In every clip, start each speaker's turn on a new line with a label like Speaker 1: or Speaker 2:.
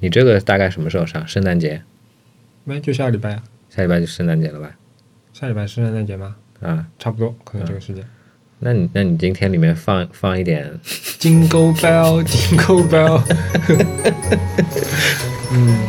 Speaker 1: 你这个大概什么时候上？圣诞节？
Speaker 2: 那就下个礼拜啊，
Speaker 1: 下礼拜就圣诞节了吧？
Speaker 2: 下礼拜是圣诞节吗？
Speaker 1: 啊，
Speaker 2: 差不多，可能这个时间。
Speaker 1: 那你那你今天里面放放一点，
Speaker 2: Jingle bell, jingle bell。嗯，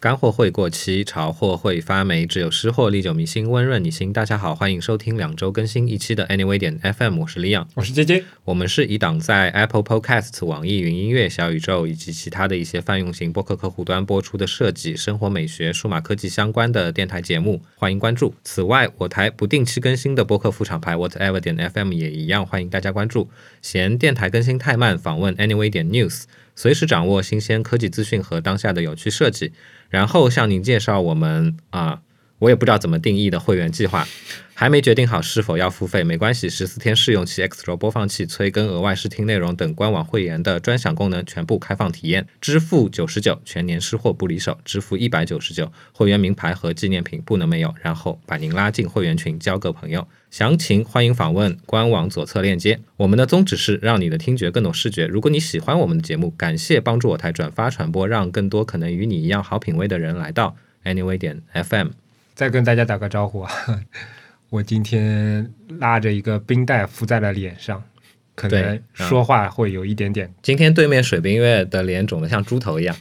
Speaker 1: 干货会过期，潮货会发霉，只有湿货历久弥新，温润你心。大家好，欢迎收听两周更新一期的 Anyway 点 FM，我是 Leon。
Speaker 2: 我是 J J。
Speaker 1: 我们是以档在 Apple Podcasts、网易云音乐、小宇宙以及其他的一些泛用型播客客户端播出的设计、生活美学、数码科技相关的电台节目，欢迎关注。此外，我台不定期更新的播客副厂牌 Whatever 点 FM 也一样，欢迎大家关注。嫌电台更新太慢，访问 Anyway 点 News，随时掌握新鲜科技资讯和当下的有趣设计。然后向您介绍我们啊，我也不知道怎么定义的会员计划，还没决定好是否要付费，没关系，十四天试用期、X 轴播放器、催更、额外试听内容等官网会员的专享功能全部开放体验，支付九十九，全年吃货不离手，支付一百九十九，会员名牌和纪念品不能没有，然后把您拉进会员群，交个朋友。详情欢迎访问官网左侧链接。我们的宗旨是让你的听觉更懂视觉。如果你喜欢我们的节目，感谢帮助我台转发传播，让更多可能与你一样好品味的人来到 Anyway 点 FM。
Speaker 2: 再跟大家打个招呼啊！ 我今天拉着一个冰袋敷在了脸上，可能
Speaker 1: 对嗯
Speaker 2: 说话会有一点点，
Speaker 1: 今天对面水冰月的脸肿得像猪头一样，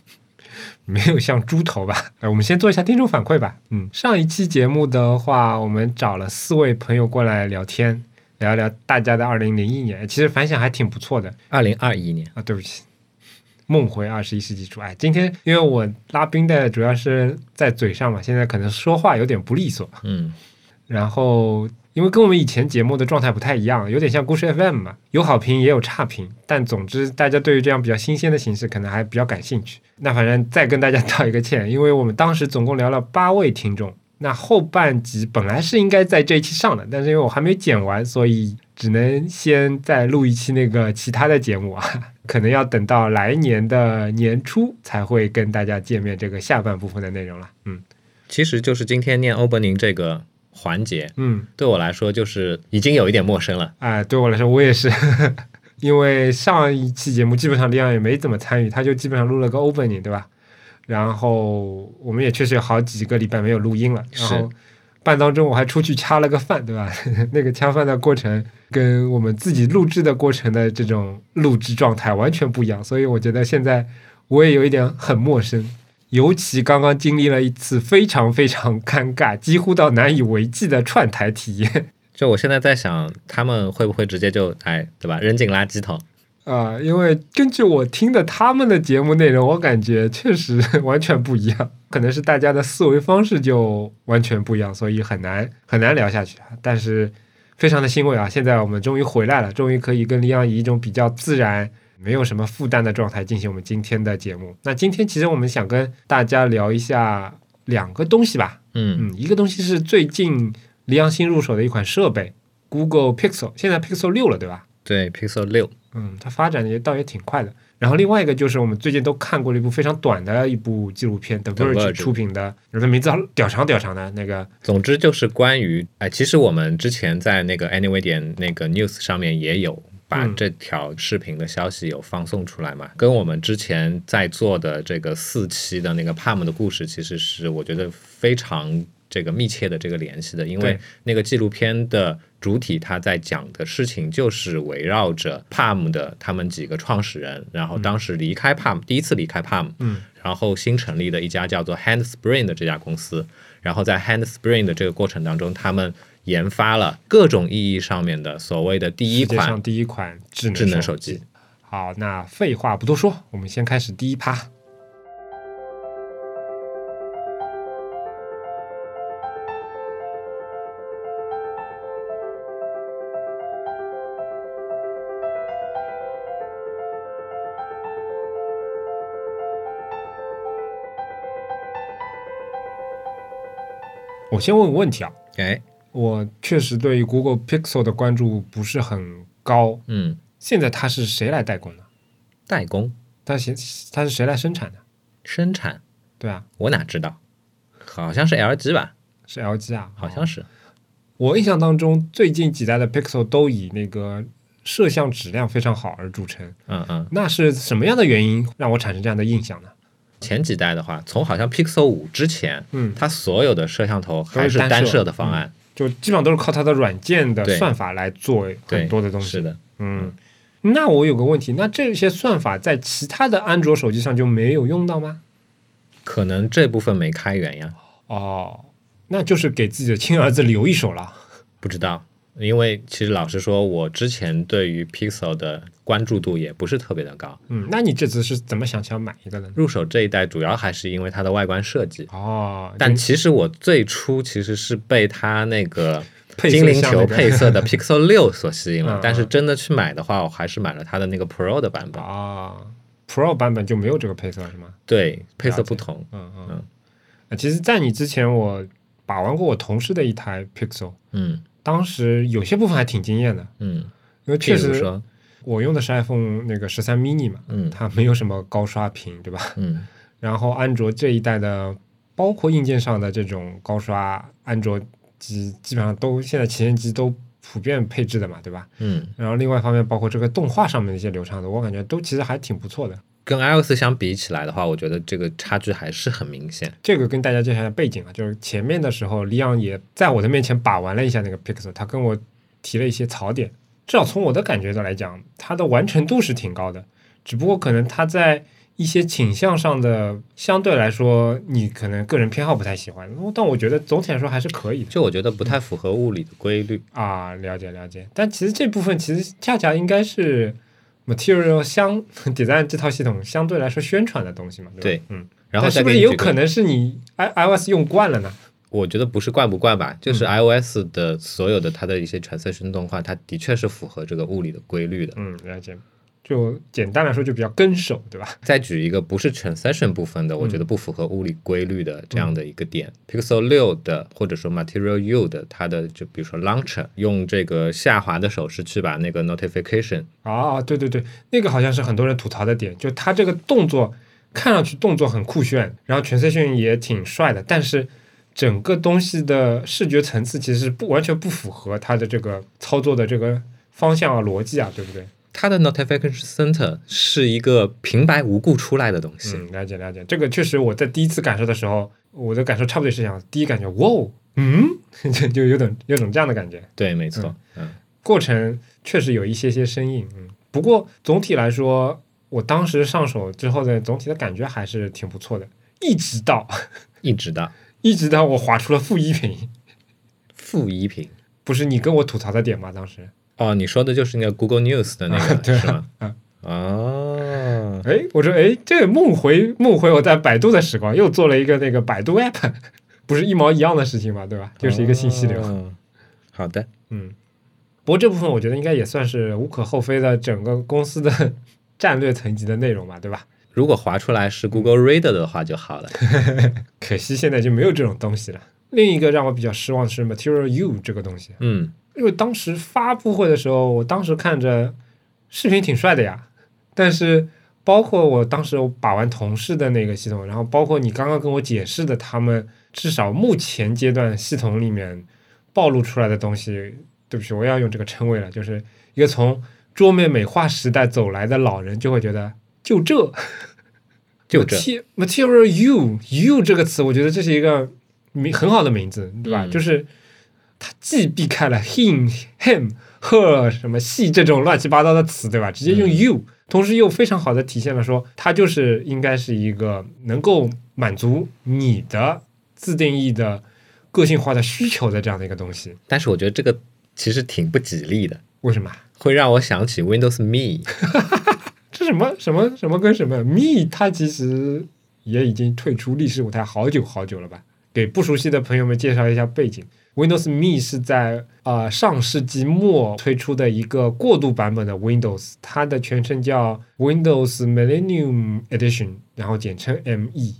Speaker 2: 没有像猪头吧？ 呃，我们先做一下听众反馈吧。嗯，上一期节目的话，我们找了四位朋友过来聊天，聊一聊大家的二零零一年，其实反响还挺不错的。
Speaker 1: 二零二一年。
Speaker 2: 啊，对不起，梦回二十一世纪初。哎，今天因为我拉冰袋主要是在嘴上嘛，现在可能说话有点不利索。
Speaker 1: 嗯，
Speaker 2: 然后因为跟我们以前节目的状态不太一样，有点像故事 FM 嘛，有好评也有差评，但总之大家对于这样比较新鲜的形式可能还比较感兴趣。那反正再跟大家道一个歉，因为我们当时总共聊了八位听众。那后半集本来是应该在这一期上的，但是因为我还没剪完，所以只能先再录一期那个其他的节目啊， 可能要等到来年的年初才会跟大家见面这个下半部分的内容了。嗯
Speaker 1: 其实就是今天念 opening 这个环节，
Speaker 2: 嗯，
Speaker 1: 对我来说就是已经有一点陌生了。
Speaker 2: 啊、对我来说，我也是， 因为上一期节目基本上李昂也没怎么参与，他就基本上录了个 opening，对吧？然后我们也确实有好几个礼拜没有录音了。然
Speaker 1: 是
Speaker 2: 后半当中我还出去掐了个饭，对吧？ 那个掐饭的过程跟我们自己录制的过程的这种录制状态完全不一样，所以我觉得现在我也有一点很陌生。尤其刚刚经历了一次非常非常尴尬，几乎到难以为继的串台体验，
Speaker 1: 就我现在在想，他们会不会直接就哎，对吧，扔进垃圾桶？
Speaker 2: 啊、因为根据我听的他们的节目内容，我感觉确实 完全不一样，可能是大家的思维方式就完全不一样，所以很难很难聊下去啊。但是非常的欣慰啊，现在我们终于回来了，终于可以跟李阳以一种比较自然、没有什么负担的状态进行我们今天的节目。那今天其实我们想跟大家聊一下两个东西吧，
Speaker 1: 嗯，
Speaker 2: 嗯，一个东西是最近李阳新入手的一款设备，Google Pixel，现在 Pixel 六了，对吧？
Speaker 1: 对，Pixel 六，
Speaker 2: 嗯，它发展的也倒也挺快的。然后另外一个就是我们最近都看过了一部非常短的一部纪录片，The
Speaker 1: The
Speaker 2: Verge
Speaker 1: Verge
Speaker 2: 出品的，我的名字好屌长屌长的那个，
Speaker 1: 总之就是关于哎，其实我们之前在那个 Anyway 点那个 News 上面也有把
Speaker 2: 嗯
Speaker 1: 这条视频的消息有放送出来嘛，跟我们之前在做的这个四期的那个 Palm 的故事，其实是我觉得非常这个密切的这个联系的，因为
Speaker 2: 对
Speaker 1: 那个纪录片的主体他在讲的事情就是围绕着 Palm 的他们几个创始人，然后当时离开 Palm，、第一次离开 Palm，
Speaker 2: 嗯，
Speaker 1: 然后新成立的一家叫做 Handspring 的这家公司，然后在 Handspring 的这个过程当中，他们研发了各种意义上面的所谓的第一
Speaker 2: 世界
Speaker 1: 款
Speaker 2: 上第一款智能
Speaker 1: 智能手
Speaker 2: 手
Speaker 1: 机。。
Speaker 2: 好，那废话不多说，我们先开始第一趴。我先问个问题啊，
Speaker 1: 哎，
Speaker 2: 我确实对于 Google Pixel 的关注不是很高，
Speaker 1: 嗯，
Speaker 2: 现在它是谁来代工的？
Speaker 1: 代工
Speaker 2: 它谁它是谁来生产的？
Speaker 1: 生产，
Speaker 2: 对啊，
Speaker 1: 我哪知道？好像是 LG 吧？
Speaker 2: 是 LG 啊，
Speaker 1: 好像是。
Speaker 2: 我印象当中，最近几代的 Pixel 都以那个摄像质量非常好而著称。
Speaker 1: 嗯嗯，
Speaker 2: 那是什么样的原因让我产生这样的印象呢？
Speaker 1: 前几代的话，从好像 Pixel 五之前，
Speaker 2: 嗯，
Speaker 1: 它所有的摄像头还是
Speaker 2: 都是单
Speaker 1: 单
Speaker 2: 摄嗯
Speaker 1: 摄的方案。
Speaker 2: 就基本上都是靠它的软件的
Speaker 1: 对
Speaker 2: 算法来做
Speaker 1: 对，
Speaker 2: 很多的东西。
Speaker 1: 是的，
Speaker 2: 嗯，那我有个问题，那这些算法在其他的安卓手机上就没有用到吗？
Speaker 1: 可能这部分没开源呀，
Speaker 2: 哦，那就是给自己的亲儿子留一手了。
Speaker 1: 不知道。因为其实老实说，我之前对于 Pixel 的关注度也不是特别的高。
Speaker 2: 嗯，那你这次是怎么想想买一个的呢？
Speaker 1: 入手这一代主要还是因为它的外观设计，
Speaker 2: 哦，
Speaker 1: 但其实我最初其实是被它那个
Speaker 2: 配色
Speaker 1: 精灵
Speaker 2: 像
Speaker 1: 球
Speaker 2: 那个
Speaker 1: 配色的 Pixel 六所吸引
Speaker 2: 嗯
Speaker 1: 了
Speaker 2: 嗯，
Speaker 1: 但是真的去买的话，我还是买了它的那个 Pro 的版本。
Speaker 2: 啊，Pro 版本就没有这个配色是吗？
Speaker 1: 对，配
Speaker 2: 了
Speaker 1: 色
Speaker 2: 解
Speaker 1: 不同。
Speaker 2: 嗯嗯
Speaker 1: 嗯。
Speaker 2: 呃其实，在你之前，我把玩过我同事的一台 Pixel，
Speaker 1: 嗯
Speaker 2: 当时有些部分还挺惊艳的，
Speaker 1: 嗯，
Speaker 2: 因为
Speaker 1: 譬
Speaker 2: 确
Speaker 1: 如
Speaker 2: 实
Speaker 1: 说，
Speaker 2: 我用的是 iPhone 那个十三 mini 嘛，
Speaker 1: 嗯
Speaker 2: 它没有什么高刷屏，对吧？
Speaker 1: 嗯
Speaker 2: 然后安卓这一代的，包括硬件上的这种高刷安卓机，基本上都现在旗舰机都普遍配置的嘛，对吧？
Speaker 1: 嗯，
Speaker 2: 然后另外一方面，包括这个动画上面的一些流畅度，我感觉都其实还挺不错的。
Speaker 1: 跟 iOS 相比起来的话，我觉得这个差距还是很明显。
Speaker 2: 这个跟大家介绍一下背景啊，就是前面的时候，李昂也在我的面前把玩了一下那个 Pixel，他跟我提了一些槽点。至少从我的感觉上来讲，它的完成度是挺高的，只不过可能它在一些倾向上的相对来说，你可能个人偏好不太喜欢，但我觉得总体来说还是可以的
Speaker 1: 就我觉得不太符合物理的规律。
Speaker 2: 啊。了解了解，但其实这部分其实恰恰应该是 Material 相 Design 这套系统相对来说宣传的东西嘛，对吧？
Speaker 1: 对
Speaker 2: 嗯，
Speaker 1: 然后
Speaker 2: 但
Speaker 1: 再
Speaker 2: 是不
Speaker 1: 给
Speaker 2: 是
Speaker 1: 你
Speaker 2: 也有
Speaker 1: 举个
Speaker 2: 可能是你 i iOS 用惯了呢？
Speaker 1: 我觉得不是惯不惯吧，就是
Speaker 2: 嗯
Speaker 1: iOS 的所有的它的一些 transition 动画，它的确是符合这个物理的规律的。
Speaker 2: 嗯，了解。就简单来说，就比较跟手，对吧？
Speaker 1: 再举一个不是 transition 部分的，我
Speaker 2: 嗯
Speaker 1: 觉得不符合物理规律的这样的一个点、p i x e l 六的或者说 Material U 的，它的就比如说 Launcher 用这个下滑的手势去把那个 notification
Speaker 2: 啊，对对对，那个好像是很多人吐槽的点，就他这个动作看上去动作很酷炫，然后全身炫也挺帅的，但是整个东西的视觉层次其实是不完全不符合他的这个操作的这个方向啊、逻辑啊，对不对？
Speaker 1: 它的 notification center 是一个平白无故出来的东西，
Speaker 2: 嗯，了解了解，这个确实我在第一次感受的时候，我的感受差不多也是这样，第一感觉哇哦，嗯， 就就有种有种这样的感觉。
Speaker 1: 对，没错，嗯
Speaker 2: 过程确实有一些些生硬，嗯，不过总体来说，我当时上手之后的总体的感觉还是挺不错的，一直到
Speaker 1: 一直到
Speaker 2: 一直到我划出了负一屏，
Speaker 1: 负一屏。
Speaker 2: 不是你跟我吐槽的点吗？当时，
Speaker 1: 哦，你说的就是那个 Google News 的那个、
Speaker 2: 对啊
Speaker 1: 是吗？
Speaker 2: 啊
Speaker 1: 哦，
Speaker 2: 哎，我说，哎，这梦回梦回我在百度的时光，又做了一个那个百度 app，不 是一毛一样的事情嘛，对吧？ 就是一个信息流，
Speaker 1: 哦好的，
Speaker 2: 嗯，不过这部分我觉得应该也算是无可厚非的整个公司的战略层级的内容嘛，对吧？
Speaker 1: 如果划出来是 Google Reader 的话就好了。
Speaker 2: 可惜现在就没有这种东西了。另一个让我比较失望的是 Material U 这个东西，
Speaker 1: 嗯，
Speaker 2: 因为当时发布会的时候，我当时看着视频挺帅的呀，但是包括我当时我把玩同事的那个系统，然后包括你刚刚跟我解释的，他们至少目前阶段系统里面暴露出来的东西，对不起，我要用这个称谓了，就是一个从桌面美化时代走来的老人就会觉得就这。
Speaker 1: 就这。
Speaker 2: Mate- material you you 这个词，我觉得这是一个名很好的名字，对吧？
Speaker 1: 嗯
Speaker 2: 就是它既避开了 him him her 什么 she 这种乱七八糟的词，对吧？直接用
Speaker 1: 嗯
Speaker 2: you，、同时又非常好的体现了说，它就是应该是一个能够满足你的自定义的个性化的需求的这样的一个东西。
Speaker 1: 但是我觉得这个其实挺不吉利的，
Speaker 2: 为什么？
Speaker 1: 会让我想起 Windows Me。
Speaker 2: 这什么什么什么跟什么？Me 它其实也已经退出历史舞台好久好久了吧？给不熟悉的朋友们介绍一下背景，Windows Me 是在呃上世纪末推出的一个过渡版本的 Windows，它的全称叫 Windows Millennium E， Edition，然后简称 ME，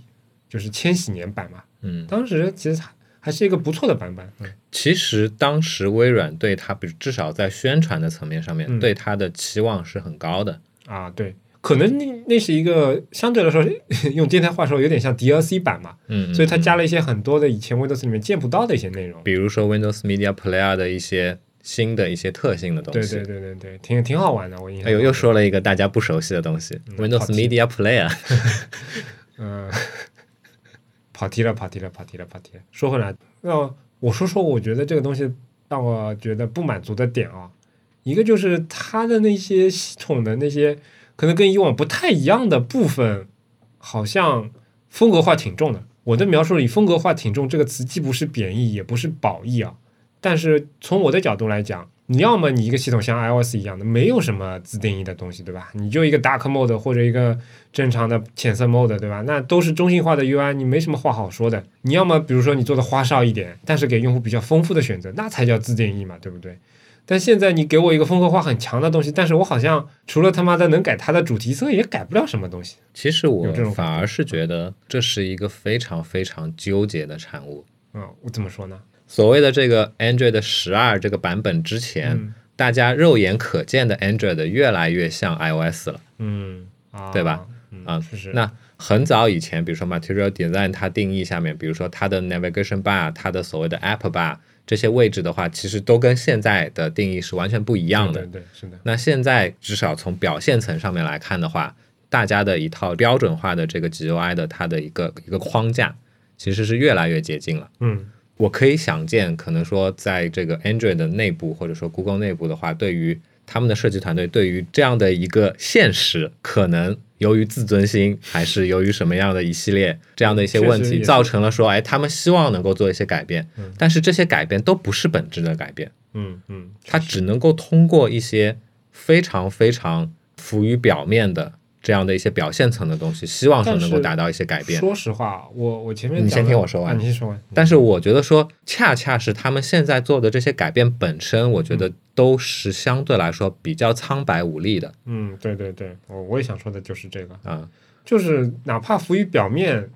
Speaker 2: 就是千禧年版嘛。
Speaker 1: 嗯
Speaker 2: 当时其实还还是一个不错的版本。嗯
Speaker 1: 其实当时微软对它，比如至少在宣传的层面上面，
Speaker 2: 嗯
Speaker 1: 对它的期望是很高的。
Speaker 2: 啊，对，可能那那是一个相对来说， 用今天话说有点像 DLC 版嘛，
Speaker 1: 嗯，
Speaker 2: 所以它
Speaker 1: 嗯
Speaker 2: 加了一些很多的以前 Windows 里面见不到的一些内容。
Speaker 1: 比如说 Windows Media Player 的一些新的一些特性的东
Speaker 2: 对
Speaker 1: 西。
Speaker 2: 对对对对，挺挺好玩的，我印象。
Speaker 1: 哎呦，又，说了一个大家不熟悉的东西、
Speaker 2: 嗯
Speaker 1: w i n d o w
Speaker 2: 好
Speaker 1: s
Speaker 2: 奇
Speaker 1: Media Player。
Speaker 2: 嗯， 跑题了，跑题了，跑题了，跑题了。说回来，那我说说，我觉得这个东西让我觉得不满足的点啊，一个就是它的那些系统的那些可能跟以往不太一样的部分，好像风格化挺重的。我的描述里，风格化挺重这个词既不是贬义，也不是褒义啊。但是从我的角度来讲，你要么你一个系统像 iOS 一样的，没有什么自定义的东西，对吧？你就一个 dark mode 或者一个正常的浅色 mode，对吧？那都是中性化的 UI，你没什么话好说的。你要么比如说你做的花哨一点，但是给用户比较丰富的选择，那才叫自定义嘛，对不对？但现在你给我一个风格化很强的东西，但是我好像除了他妈的能改它的主题色，也改不了什么东西。
Speaker 1: 其实我
Speaker 2: 有这种
Speaker 1: 反而是觉得这是一个非常非常纠结的产物。
Speaker 2: 嗯，我怎么说呢？
Speaker 1: 所谓的这个 Android 十二这个版本之前，
Speaker 2: 嗯
Speaker 1: 大家肉眼可见的 Android 越来越像 iOS 了。
Speaker 2: 嗯啊，
Speaker 1: 对吧？
Speaker 2: 嗯
Speaker 1: 啊
Speaker 2: 是是。
Speaker 1: 那很早以前，比如说 Material Design，它定义下面，比如说它的 Navigation Bar、它的所谓的 App Bar 这些位置的话，其实都跟现在的定义是完全不一样的
Speaker 2: 对。对对是的，
Speaker 1: 那现在至少从表现层上面来看的话，大家的一套标准化的这个 GUI 的它的一个一个框架，其实是越来越接近了。
Speaker 2: 嗯
Speaker 1: 我可以想见，可能说在这个 Android 的内部或者说 Google 内部的话，对于他们的设计团队对于这样的一个现实，可能由于自尊心，还是由于什么样的一系列这样的一些问
Speaker 2: 确实也
Speaker 1: 题，
Speaker 2: 是
Speaker 1: 造成了说，哎，他们希望能够做一些改变，但是这些改变都不是本质的改变。
Speaker 2: 嗯嗯，
Speaker 1: 它只能够通过一些非常非常浮于表面的这样的一些表现层的东西，希望说能够达到一些改变。
Speaker 2: 说实话，我我前面
Speaker 1: 你
Speaker 2: 讲
Speaker 1: 先
Speaker 2: 的
Speaker 1: 听我说完
Speaker 2: 啊你先说完。
Speaker 1: 但是我觉得说，恰恰是他们现在做的这些改变本身，我觉
Speaker 2: 嗯
Speaker 1: 得都是相对来说比较苍白无力的
Speaker 2: 嗯，对对对，我我也想说的就是这个，
Speaker 1: 啊、
Speaker 2: 就是哪怕浮于表面，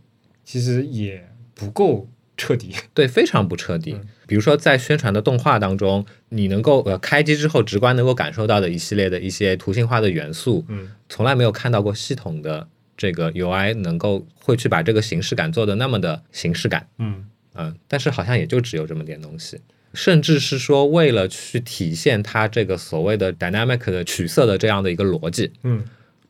Speaker 2: 其实也不够彻底。
Speaker 1: 对，非常不彻底
Speaker 2: 嗯。
Speaker 1: 比如说在宣传的动画当中，你能够呃开机之后直观能够感受到的一系列的一些图形化的元素，
Speaker 2: 嗯
Speaker 1: 从来没有看到过系统的这个 UI 能够会去把这个形式感做的那么的形式感。
Speaker 2: 嗯
Speaker 1: 嗯，但是好像也就只有这么点东西，甚至是说为了去体现它这个所谓的 dynamic 的取色的这样的一个逻辑，
Speaker 2: 嗯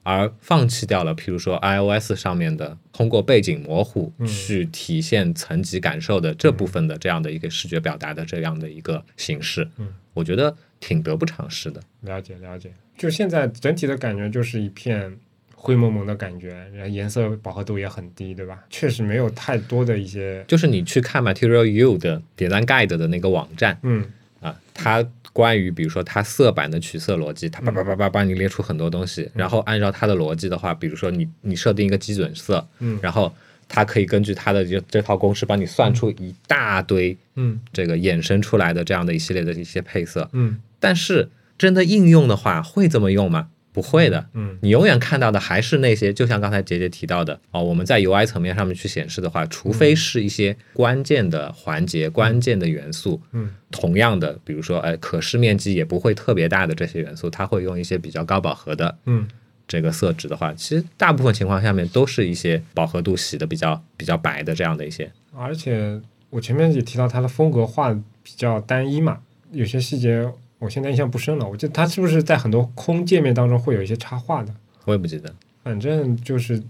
Speaker 1: 而放弃掉了，譬如说 iOS 上面的通过背景模糊
Speaker 2: 嗯
Speaker 1: 去体现层级感受的这部分的这样的一个视觉表达的这样的一个形式，
Speaker 2: 嗯，
Speaker 1: 我觉得挺得不偿失的。
Speaker 2: 了解了解。就现在整体的感觉就是一片灰蒙蒙的感觉，然后颜色饱和度也很低，对吧？确实没有太多的一些
Speaker 1: 就是你去看 Material U 的 Design Guide 的那个网站，
Speaker 2: 嗯
Speaker 1: 啊，它关于比如说它色板的取色逻辑，它叭叭叭叭帮你列出很多东西，然后按照它的逻辑的话，比如说你你设定一个基准色，
Speaker 2: 嗯
Speaker 1: 然后它可以根据它的这这套公式帮你算出一大堆
Speaker 2: 嗯
Speaker 1: 这个衍生出来的这样的一系列的一些配色，
Speaker 2: 嗯
Speaker 1: 但是真的应用的话，会这么用吗？不会的，
Speaker 2: 嗯
Speaker 1: 你永远看到的还是那些，就像刚才杰杰提到的哦，我们在 UI 层面上面去显示的话，除非是一些关键的环节、关键的元素，
Speaker 2: 嗯
Speaker 1: 同样的，比如说，哎，可视面积也不会特别大的这些元素，它会用一些比较高饱和的
Speaker 2: 嗯
Speaker 1: 这个色值的话，其实大部分情况下面都是一些饱和度洗的比较比较白的这样的一些。
Speaker 2: 而且我前面也提到它的风格化比较单一嘛，有些细节我现在印象不深了。我记得它是不是在很多空界面当中会有一些插画的？
Speaker 1: 我也不记得，
Speaker 2: 反正就是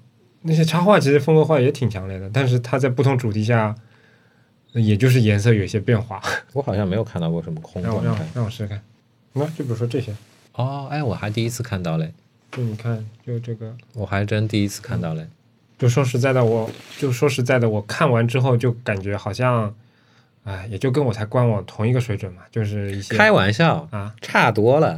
Speaker 2: 那些插画其实风格化也挺强烈的，但是它在不同主题下，也就是颜色有一些变化。
Speaker 1: 我好像没有看到过什么空
Speaker 2: 让我
Speaker 1: 光
Speaker 2: 让我让我试试看，那就比如说这些，
Speaker 1: 哦，哎，我还第一次看到嘞，
Speaker 2: 就你看，就这个。
Speaker 1: 我还真第一次看到嘞。
Speaker 2: 就说实在的，我就说实在的，我看完之后就感觉好像，哎，也就跟我才官网同一个水准嘛，就是一些
Speaker 1: 开玩笑，
Speaker 2: 啊，
Speaker 1: 差多了，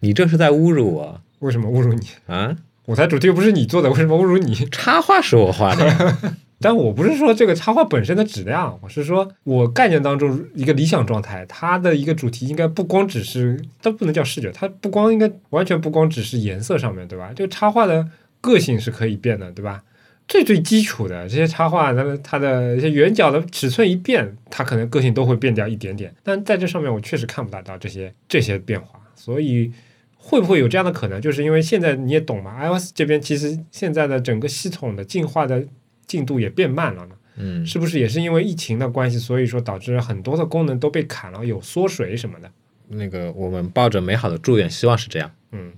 Speaker 1: 你这是在侮辱我
Speaker 2: 为什么侮辱你？
Speaker 1: 啊！
Speaker 2: 我台主题又不是你做的，为什么侮辱你？
Speaker 1: 插画是我画的 呀，
Speaker 2: 但我不是说这个插画本身的质量，我是说我概念当中一个理想状态，它的一个主题应该不光只是，它不能叫视觉，它不光应该完全不光只是颜色上面对吧？这个插画的个性是可以变的，对吧？最最基础的这些插画，它的它的一些圆角的尺寸一变，它可能个性都会变掉一点点。但在这上面，我确实看不大到这些这些变化，所以会不会有这样的可能？就是因为现在你也懂嘛，iOS 这边其实现在的整个系统的进化的进度也变慢了呢。
Speaker 1: 嗯，
Speaker 2: 是不是也是因为疫情的关系，所以说导致很多的功能都被砍了，有缩水什么的？
Speaker 1: 那个我们抱着美好的祝愿，希望是这样。
Speaker 2: 嗯，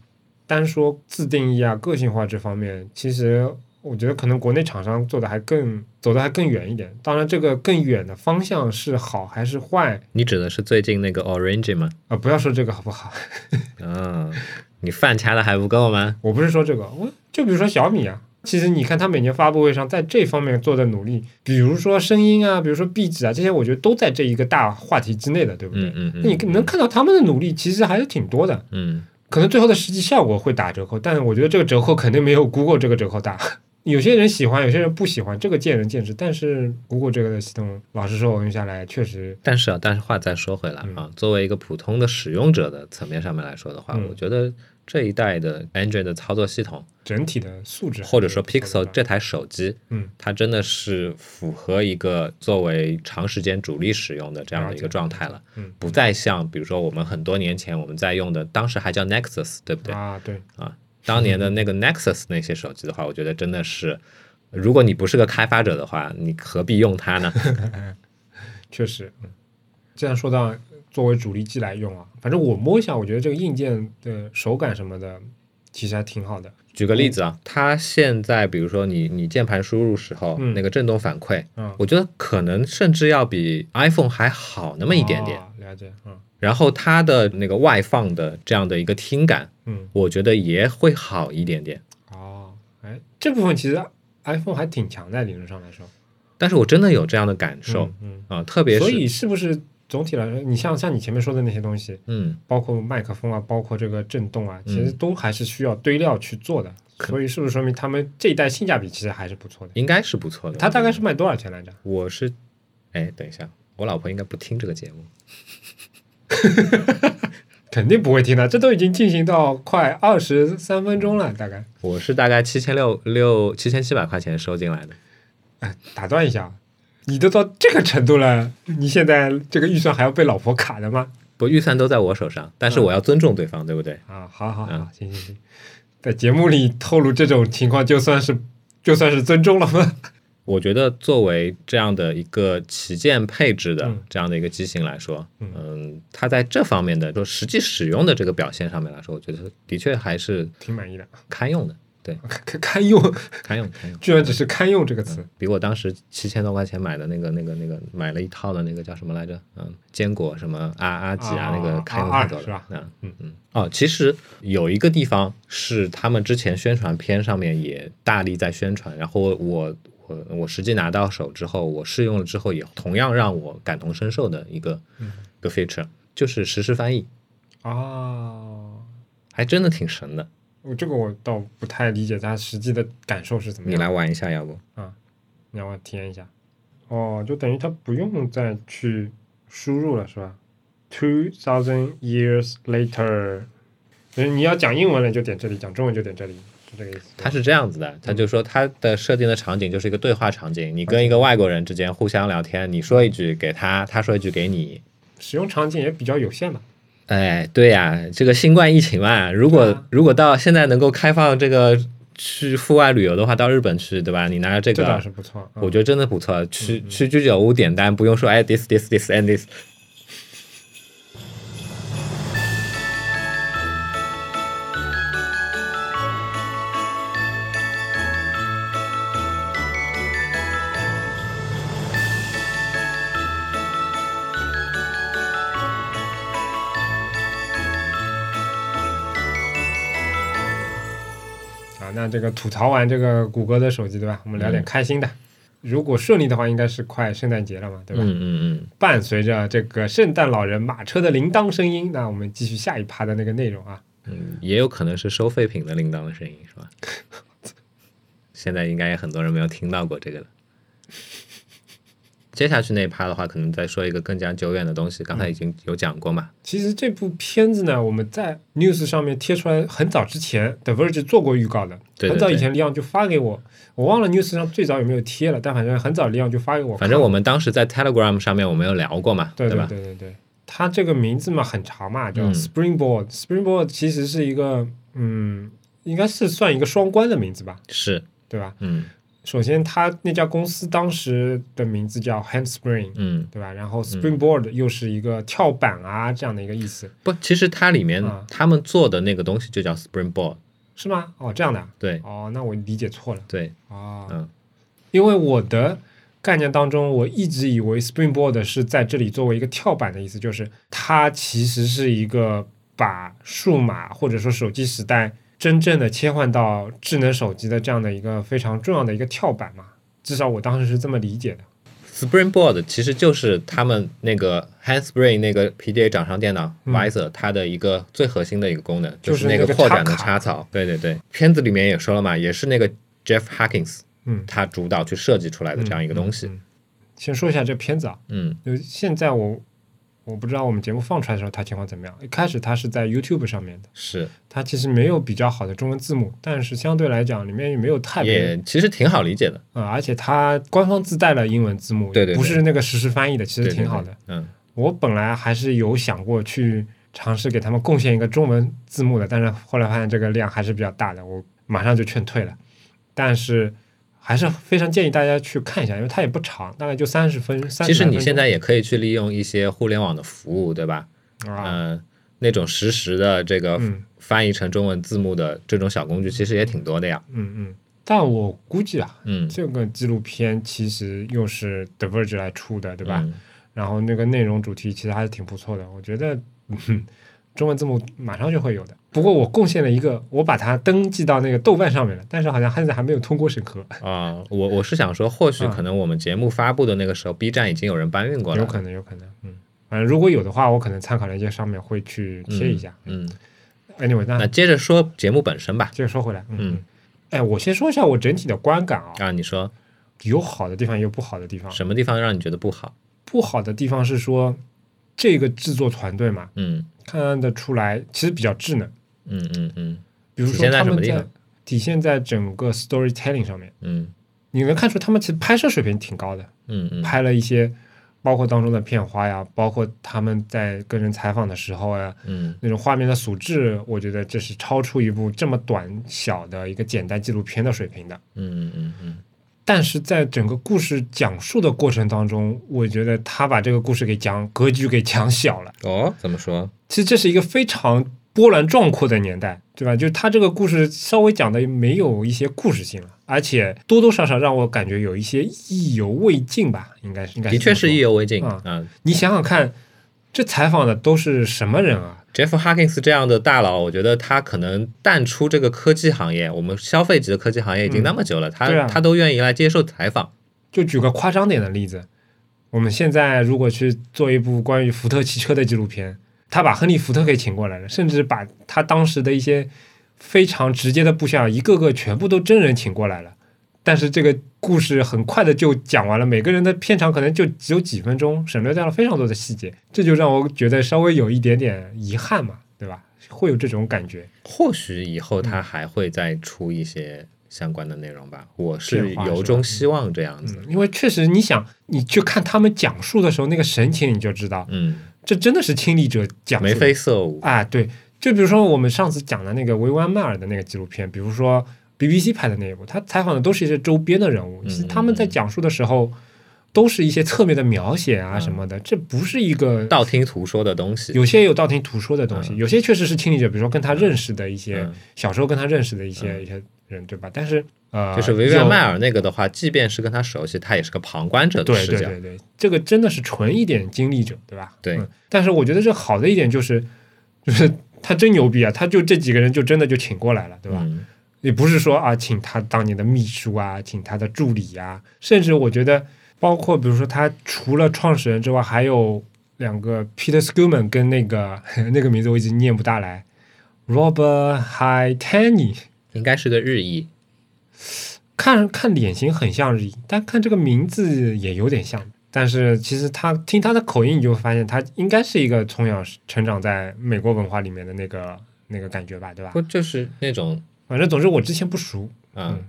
Speaker 2: 单说自定义啊、个性化这方面，其实我觉得可能国内厂商做的还更走的还更远一点。当然，这个更远的方向是好还是坏啊、
Speaker 1: 你指的是最近那个 Orange 吗？
Speaker 2: 呃不要说这个好不好？
Speaker 1: 啊，你饭掐的还不够吗？
Speaker 2: 我不是说这个，我就比如说小米啊，其实你看它每年发布会上在这方面做的努力，比如说声音啊，比如说壁纸啊，这些我觉得都在这一个大话题之内的，对不对？
Speaker 1: 嗯嗯嗯，
Speaker 2: 那你能看到他们的努力，其实还是挺多的。
Speaker 1: 嗯
Speaker 2: 可能最后的实际效果会打折扣，但是我觉得这个折扣肯定没有 Google 这个折扣大。 有些人喜欢，有些人不喜欢，这个见仁见智。但是 Google 这个的系统，老实说，我用下来确实，
Speaker 1: 但是啊，但是话再说回
Speaker 2: 嗯
Speaker 1: 来啊，作为一个普通的使用者的层面上面来说的话，
Speaker 2: 嗯
Speaker 1: 我觉得这一代的 Android 的操作系统，
Speaker 2: 整体的素质还是
Speaker 1: 或者说
Speaker 2: 不错
Speaker 1: Pixel
Speaker 2: 的
Speaker 1: 这台手机，
Speaker 2: 嗯，
Speaker 1: 它真的是符合一个作为长时间主力使用的这样的一个状态了，
Speaker 2: 嗯
Speaker 1: 不再像比如说我们很多年前我们在用的，当时还叫 Nexus，对不对？
Speaker 2: 啊，对，
Speaker 1: 当年的那个 Nexus 那些手机的话，我觉得真的是，如果你不是个开发者的话，你何必用它 呢？
Speaker 2: 确实。嗯，这样说到作为主力机来用啊，反正我摸一下，我觉得这个硬件的手感什么的，其实还挺好的。
Speaker 1: 举个例子啊，它现在比如说你你键盘输入时候、
Speaker 2: 嗯
Speaker 1: 那个震动反馈，
Speaker 2: 嗯，
Speaker 1: 我觉得可能甚至要比 iPhone 还好那么一点点。
Speaker 2: 哦了解，嗯
Speaker 1: 然后它的那个外放的这样的一个听感，
Speaker 2: 嗯，
Speaker 1: 我觉得也会好一点点。
Speaker 2: 哦，哎，这部分其实 iPhone 还挺强在理论上来说，
Speaker 1: 但是我真的有这样的感受
Speaker 2: 嗯。嗯
Speaker 1: 啊、特别是
Speaker 2: 所以是不是总体来说，你像像你前面说的那些东西，
Speaker 1: 嗯，
Speaker 2: 包括麦克风啊，包括这个震动啊，
Speaker 1: 嗯
Speaker 2: 其实都还是需要堆料去做的。所以是不是说明他们这一代性价比其实还是不错的？
Speaker 1: 应该是不错的。
Speaker 2: 它大概是卖多少钱来着？
Speaker 1: 我是，哎，等一下，我老婆应该不听这个节目。
Speaker 2: 肯定不会听的，这都已经进行到快二十三分钟了，大概。
Speaker 1: 我是大概七千六六七千七百块钱收进来的，
Speaker 2: 哎，打断一下，你都到这个程度了，你现在这个预算还要被老婆卡的吗？
Speaker 1: 不预算都在我手上，但是
Speaker 2: 嗯
Speaker 1: 我要尊重对方，对不对？
Speaker 2: 啊，好好好
Speaker 1: 嗯，
Speaker 2: 行行行，在节目里透露这种情况，就算是就算是尊重了吗？
Speaker 1: 我觉得作为这样的一个旗舰配置的
Speaker 2: 嗯
Speaker 1: 这样的一个机型来说，
Speaker 2: 嗯
Speaker 1: 嗯，它在这方面的就实际使用的这个表现上面来说，我觉得的确还是
Speaker 2: 挺满意的，
Speaker 1: 堪用的，
Speaker 2: 堪堪用。
Speaker 1: 堪用堪用。
Speaker 2: 居然只是堪用这个词。
Speaker 1: 比我当时七千多块钱买的那个、那个、那个，买了一套的那个叫什么来着？嗯，坚果什么阿阿几啊，
Speaker 2: 啊
Speaker 1: 那个开用
Speaker 2: 啊
Speaker 1: 太多了，
Speaker 2: 是吧
Speaker 1: 嗯
Speaker 2: 嗯
Speaker 1: 嗯。哦，其实有一个地方是他们之前宣传片上面也大力在宣传，然后我我我实际拿到手之后，我试用了之后，也同样让我感同身受的一个、一个 feature，就是实时翻译，
Speaker 2: 哦，
Speaker 1: 还真的挺神的。
Speaker 2: 我这个我倒不太理解它实际的感受是怎么
Speaker 1: 你
Speaker 2: 样。啊
Speaker 1: 来玩一下，要不？
Speaker 2: 你让我体验一下。哦，就等于它不用再去输入了，是吧？Two thousand years later，就是你要讲英文了你就点这里，讲中文就点这里，是这个意思。
Speaker 1: 它是这样子
Speaker 2: 嗯
Speaker 1: 的，它就说它的设定的场景就是一个对话场景，你
Speaker 2: 嗯
Speaker 1: 跟一个外国人之间互相聊天，你说一句给他，他说一句给你。
Speaker 2: 使用场景也比较有限吧？
Speaker 1: 哎，对呀、这个新冠疫情嘛，如果、
Speaker 2: 对啊
Speaker 1: 如果到现在能够开放这个去户外旅游的话，到日本去，对吧？你拿着这
Speaker 2: 这
Speaker 1: 个，
Speaker 2: 倒是不错。嗯
Speaker 1: 我觉得真的不错。去、去居酒屋点单，不用说哎，this this this and this，
Speaker 2: 啊，那这个吐槽完这个谷歌的手机，对吧？我们聊
Speaker 1: 嗯
Speaker 2: 点开心的。如果顺利的话，应该是快圣诞节了嘛，对吧？
Speaker 1: 嗯嗯嗯，
Speaker 2: 伴随着这个圣诞老人马车的铃铛声音，那我们继续下一趴的那个内容啊。
Speaker 1: 嗯也有可能是收废品的铃铛的声音，是吧？ 现在应该也很多人没有听到过这个了。接下去那一趴的话，可能再说一个更加久远的东西，刚才已经有讲过嘛。
Speaker 2: 其实这部片子呢，我们在 news 上面贴出来很早之前，The Verge 做过预告的，
Speaker 1: 对对
Speaker 2: 很早以
Speaker 1: 对
Speaker 2: 前李昂就发给我，我忘了 news 上最早有没有贴了，但反正很早李昂就发给我看了，
Speaker 1: 反正我们当时在 Telegram 上面我们有聊过嘛，
Speaker 2: 对
Speaker 1: 吧？
Speaker 2: 对对对，它这个名字嘛很长嘛，叫
Speaker 1: 嗯
Speaker 2: Springboard。Springboard 其实是一个，嗯，应该是算一个双关的名字吧，
Speaker 1: 是，
Speaker 2: 对吧？
Speaker 1: 嗯
Speaker 2: 首先，它那家公司当时的名字叫 Handspring，
Speaker 1: 嗯，
Speaker 2: 对吧？然后 Springboard 又是一个跳板啊这样的一个意思，
Speaker 1: 不，其实它里面
Speaker 2: 啊
Speaker 1: 他们做的那个东西就叫 Springboard，
Speaker 2: 是吗？哦，这样的啊。
Speaker 1: 对
Speaker 2: 哦，那我理解错了
Speaker 1: 对，
Speaker 2: 啊，
Speaker 1: 嗯
Speaker 2: 因为我的概念当中，我一直以为 springboard 是在这里作为一个跳板的意思，就是它其实是一个把数码或者说手机时代真正的切换到智能手机的这样的一个非常重要的一个跳板嘛。至少我当时是这么理解的。
Speaker 1: ，Springboard 其实就是他们那个 Handspring 那个 PDA 掌上电脑
Speaker 2: 嗯
Speaker 1: Visor 它的一个最核心的一个功能，
Speaker 2: 就是
Speaker 1: 是那
Speaker 2: 那个
Speaker 1: 扩展的
Speaker 2: 插卡
Speaker 1: 插槽。对对对，片子里面也说了嘛，也是那个 Jeff Hawkins
Speaker 2: 嗯，
Speaker 1: 他主导去设计出来的这样一个东西。
Speaker 2: 嗯嗯先说一下这片子啊，
Speaker 1: 嗯
Speaker 2: 就现在我我不知道我们节目放出来的时候它情况怎么样。一开始它是在 YouTube 上面的，
Speaker 1: 是，
Speaker 2: 它其实没有比较好的中文字幕，但是相对来讲里面也没有太多
Speaker 1: 也其实挺好理解的。
Speaker 2: 啊、而且它官方自带了英文字幕，
Speaker 1: 对对对
Speaker 2: 不是那个实时翻译的，其
Speaker 1: 对
Speaker 2: 实
Speaker 1: 对
Speaker 2: 挺好的。
Speaker 1: 对嗯，
Speaker 2: 我本来还是有想过去尝试给他们贡献一个中文字幕的，但是后来发现这个量还是比较大的，我马上就劝退了。但是还是非常建议大家去看一下，因为它也不长，大概就三十分。30
Speaker 1: 其实
Speaker 2: 来
Speaker 1: 你
Speaker 2: 分
Speaker 1: 现在也可以去利用一些互联网的服务，对吧？
Speaker 2: 钟啊，
Speaker 1: 嗯、那种实时的这个
Speaker 2: 嗯
Speaker 1: 翻译成中文字幕的这种小工具，其实也挺多的呀。
Speaker 2: 嗯嗯，但我估计啊，
Speaker 1: 嗯，
Speaker 2: 这个纪录片其实又是 The Verge 来出的，对吧？
Speaker 1: 嗯
Speaker 2: 然后那个内容主题其实还是挺不错的，我觉得、 嗯、中文字幕马上就会有的。不过我贡献了一个，我把它登记到那个豆瓣上面了，但是好像现在还没有通过审核，
Speaker 1: 啊、我我是想说，或许
Speaker 2: 啊
Speaker 1: 可能我们节目发布的那个时候、b 站已经有人搬运过来
Speaker 2: 有
Speaker 1: 了，
Speaker 2: 可能，有可能，嗯，反正如果有的话，我可能参考链接上面会去贴一下。
Speaker 1: 嗯，
Speaker 2: anyway，那
Speaker 1: 那接着说节目本身吧。
Speaker 2: 接着说回来，嗯，
Speaker 1: 嗯
Speaker 2: 哎，我先说一下我整体的观感啊、
Speaker 1: 啊，你说
Speaker 2: 有好的地方，也有不好的地方。
Speaker 1: 什么地方让你觉得不好？
Speaker 2: 不好的地方是说，这个制作团队嘛，
Speaker 1: 嗯
Speaker 2: 看得出来其实比较稚嫩，
Speaker 1: 嗯嗯嗯
Speaker 2: 比如
Speaker 1: 体
Speaker 2: 说
Speaker 1: 现在
Speaker 2: 他
Speaker 1: 什么
Speaker 2: 们
Speaker 1: 地
Speaker 2: 在
Speaker 1: 方
Speaker 2: 体现在整个 storytelling 上面。
Speaker 1: 嗯
Speaker 2: 你能看出他们其实拍摄水平挺高的，
Speaker 1: 嗯嗯，
Speaker 2: 拍了一些包括当中的片花呀，包括他们在跟人采访的时候呀，
Speaker 1: 嗯
Speaker 2: 那种画面的素质，我觉得这是超出一部这么短小的一个简单纪录片的水平的。
Speaker 1: 嗯嗯嗯
Speaker 2: 但是在整个故事讲述的过程当中，我觉得他把这个故事给讲格局给讲小了。
Speaker 1: 嗯，哦，怎么说？
Speaker 2: 其实这是一个非常波澜壮阔的年代，对吧？就是他这个故事稍微讲的没有一些故事性了，而且多多少少让我感觉有一些意犹未尽吧，应该是，应该
Speaker 1: 的确是意
Speaker 2: 有。
Speaker 1: 犹未尽
Speaker 2: 啊
Speaker 1: 啊。
Speaker 2: 你想想看，这采访的都是什么人啊？
Speaker 1: Jeff Hawkins 这样的大佬，我觉得他可能淡出这个科技行业，我们消费级的科技行业已经那么久了，
Speaker 2: 对
Speaker 1: 他、
Speaker 2: 啊
Speaker 1: 他都愿意来接受采访。
Speaker 2: 就举个夸张点的例子，我们现在如果去做一部关于福特汽车的纪录片，他把亨利·福特给请过来了，甚至把他当时的一些非常直接的部下，一个个全部都真人请过来了。但是这个故事很快的就讲完了，每个人的片长可能就只有几分钟，省略掉了非常多的细节，这就让我觉得稍微有一点点遗憾嘛，对吧？会有这种感觉。
Speaker 1: 或许以
Speaker 2: 嗯
Speaker 1: 后他还会再出一些相关的内容吧，我是
Speaker 2: 变化是吧
Speaker 1: 由衷希望这样子。
Speaker 2: 嗯，因为确实，你想，你去看他们讲述的时候那个神情，你就知道，
Speaker 1: 嗯，
Speaker 2: 这真的是亲历者讲述
Speaker 1: 眉
Speaker 2: 的
Speaker 1: 飞色舞。
Speaker 2: 啊，对，就比如说我们上次讲的那个维湾迈尔的那个纪录片，比如说 BBC 拍的那一部，他采访的都是一些周边的人物，
Speaker 1: 嗯
Speaker 2: 其实他们在讲述的时候，都是一些侧面的描写啊
Speaker 1: 嗯
Speaker 2: 什么的，这不是一个
Speaker 1: 道听途说的东西，
Speaker 2: 有些有道听途说的东西，
Speaker 1: 嗯
Speaker 2: 有些确实是亲历者，比如说跟他认识的一些、
Speaker 1: 嗯
Speaker 2: 小时候跟他认识的一些、
Speaker 1: 嗯
Speaker 2: 一些人，对吧？但是呃，
Speaker 1: 就是维维安
Speaker 2: 有
Speaker 1: 迈尔那个的话，即便是跟他熟悉，他也是个旁观者的
Speaker 2: 对
Speaker 1: 视
Speaker 2: 对
Speaker 1: 角。
Speaker 2: 对对，这个真的是纯一点经历者，对吧？
Speaker 1: 对
Speaker 2: 嗯但是我觉得这好的一点就是，就是他真牛逼啊！他就这几个人就真的就请过来了，对吧？
Speaker 1: 嗯
Speaker 2: 也不是说啊，请他当年的秘书啊，请他的助理啊，甚至我觉得，包括比如说他除了创始人之外，还有两个 Peter Schumann 跟那个 那个名字我已经念不大来，Robert High Tanny，
Speaker 1: 应该是个日裔。
Speaker 2: 看看脸型很像日裔，但看这个名字也有点像。但是其实他听他的口音，你就会发现他应该是一个从小成长在美国文化里面的那个那个感觉吧，对吧？
Speaker 1: 不就是那种
Speaker 2: 反正总之我之前不熟，
Speaker 1: 嗯
Speaker 2: 嗯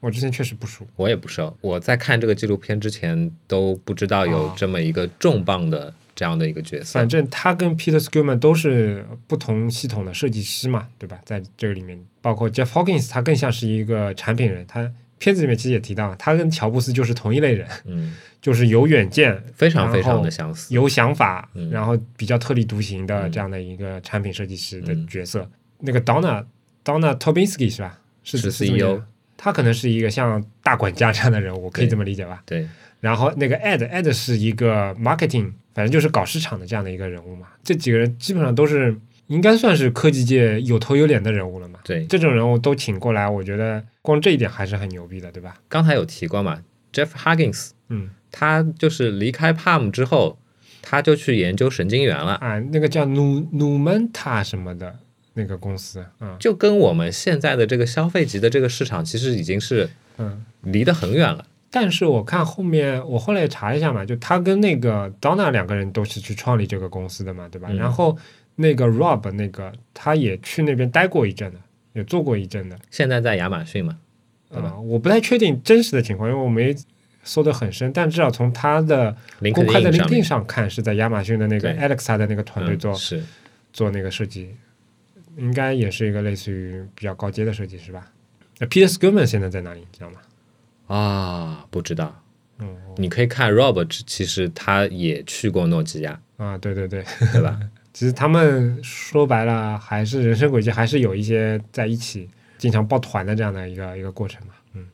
Speaker 2: 我之前确实不熟。
Speaker 1: 我也不熟。我在看这个纪录片之前都不知道有
Speaker 2: 哦
Speaker 1: 这么一个重磅的这样的一个角色。
Speaker 2: 反正他跟 Peter Schumann 都是不同系统的设计师嘛，对吧？在这个里面，包括 Jeff Hawkins，他更像是一个产品人。他片子里面其实也提到，他跟乔布斯就是同一类人，
Speaker 1: 嗯，
Speaker 2: 就是有远见、
Speaker 1: 非常
Speaker 2: 然
Speaker 1: 非常
Speaker 2: 后
Speaker 1: 的相似。
Speaker 2: 有想法，
Speaker 1: 嗯
Speaker 2: 然后比较特立独行的
Speaker 1: 嗯
Speaker 2: 这样的一个产品设计师的
Speaker 1: 嗯
Speaker 2: 角色。那个 Donna Donna Tobinsky 是吧？是
Speaker 1: 是
Speaker 2: 这么
Speaker 1: CEO
Speaker 2: 念的他可能是一个像大管家这样的人物，我可以
Speaker 1: 对
Speaker 2: 这么理解吧？
Speaker 1: 对，
Speaker 2: 然后那个 Ed Ed 是一个 marketing，反正就是搞市场的这样的一个人物嘛。这几个人基本上都是应该算是科技界有头有脸的人物了嘛。
Speaker 1: 对，
Speaker 2: 这种人物都请过来，我觉得光这一点还是很牛逼的，对吧？
Speaker 1: 刚才有提过嘛，Jeff Huggins，
Speaker 2: 嗯
Speaker 1: 他就是离开 Palm 之后，他就去研究神经元了，
Speaker 2: 啊，那个叫努努门塔什么的那个公司，嗯
Speaker 1: 就跟我们现在的这个消费级的这个市场其实已经是
Speaker 2: 嗯。
Speaker 1: 离得很远了。
Speaker 2: 但是我看后面，我后来也查了一下嘛，就他跟那个 Donna 两个人都是去创立这个公司的嘛，对吧？
Speaker 1: 嗯
Speaker 2: 然后那个 Rob 那个他也去那边待过一阵的，也做过一阵的。
Speaker 1: 现在在亚马逊嘛，对吧
Speaker 2: 啊、我不太确定真实的情况，因为我没搜得很深，但至少从他的
Speaker 1: 林肯
Speaker 2: 公开的
Speaker 1: i 上
Speaker 2: LinkedIn
Speaker 1: 面
Speaker 2: 上看，是在亚马逊的那个
Speaker 1: 对
Speaker 2: Alexa 的那个团队
Speaker 1: 嗯
Speaker 2: 做、
Speaker 1: 是
Speaker 2: 做那个设计，应该也是一个类似于比较高阶的设计师吧。那 Peter Schumann 现在在哪里？你知道吗？
Speaker 1: 啊，不知道。
Speaker 2: 嗯，
Speaker 1: 你可以看 Rob，其实他也去过诺基亚，
Speaker 2: 啊，对对对，
Speaker 1: 对 吧？
Speaker 2: 其实他们说白了，还是人生轨迹还是有一些在一起，经常抱团的这样的一个一个过程嘛。嗯，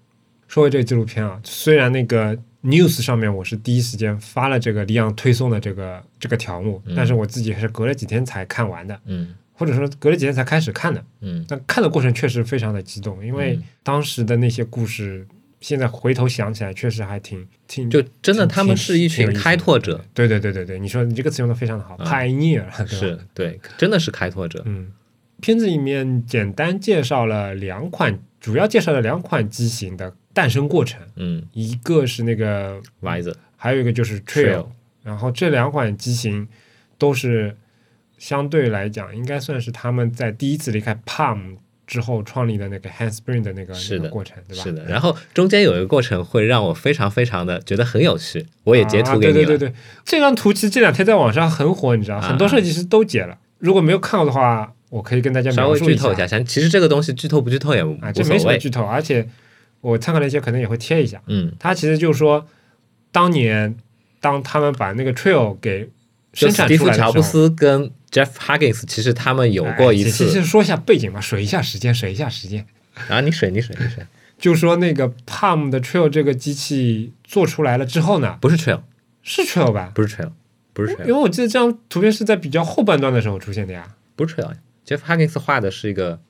Speaker 2: 说回这个纪录片啊，虽然那个 news 上面我是第一时间发了这个李昂推送的这个这个条目
Speaker 1: 嗯，
Speaker 2: 但是我自己还是隔了几天才看完的，
Speaker 1: 嗯
Speaker 2: 或者说隔了几天才开始看的。
Speaker 1: 嗯，
Speaker 2: 但看的过程确实非常的激动，因为
Speaker 1: 嗯
Speaker 2: 当时的那些故事，现在回头想起来，确实还挺挺
Speaker 1: 就真的
Speaker 2: 挺
Speaker 1: 他们是一群开拓者，。
Speaker 2: 挺挺有意思的对对对对对，你说你这个词用的非常的好
Speaker 1: 嗯
Speaker 2: ，pioneer 对吧？
Speaker 1: 是对，真的是开拓者。
Speaker 2: 嗯，片子里面简单介绍了两款，主要介绍了两款机型的诞生过程，
Speaker 1: 嗯
Speaker 2: 一个是那个，
Speaker 1: ，Visor
Speaker 2: 还有一个就是 Trail，然后这两款机型都是相对来讲，应该算是他们在第一次离开 Palm 之后创立的那个 Handspring 的那个
Speaker 1: 是的
Speaker 2: 那个过程，对吧？
Speaker 1: 是的，然后中间有一个过程会让我非常非常的觉得很有趣，我也截
Speaker 2: 啊
Speaker 1: 图给你了。啊
Speaker 2: 对对对对，这张图其实这两天在网上很火，你知道，很多设计师都截了。如果没有看过的话，我可以跟大家
Speaker 1: 稍
Speaker 2: 描
Speaker 1: 微
Speaker 2: 述
Speaker 1: 剧透一下，想其实这个东西剧透不剧透也无
Speaker 2: 啊，
Speaker 1: 无
Speaker 2: 这没什
Speaker 1: 所
Speaker 2: 么
Speaker 1: 谓。
Speaker 2: 剧透，而且我参考了一些，可能也会贴一下。
Speaker 1: 嗯，
Speaker 2: 他其实就是说，当年当他们把那个 Trail 给
Speaker 1: 就
Speaker 2: 生
Speaker 1: 史
Speaker 2: 产
Speaker 1: 蒂
Speaker 2: 出
Speaker 1: 夫·
Speaker 2: 来的
Speaker 1: 乔
Speaker 2: 时候，
Speaker 1: 布斯跟 Jeff Huggins 其实他们有
Speaker 2: 哎
Speaker 1: 过一
Speaker 2: 其
Speaker 1: 次
Speaker 2: 实说一下背景吧，水一下时间，水一下时间。
Speaker 1: 啊，你水你水你水，
Speaker 2: 就说那个 Palm 的 Trail 这个机器做出来了之后呢，
Speaker 1: 不是 Trail，
Speaker 2: 是 Trail 吧？
Speaker 1: 不是 Trail，不是
Speaker 2: 因为
Speaker 1: Trail，
Speaker 2: 我记得这张图片是在比较后半段的时候出现的呀。
Speaker 1: 不是 Trail。Jeff Huggins 画的是一个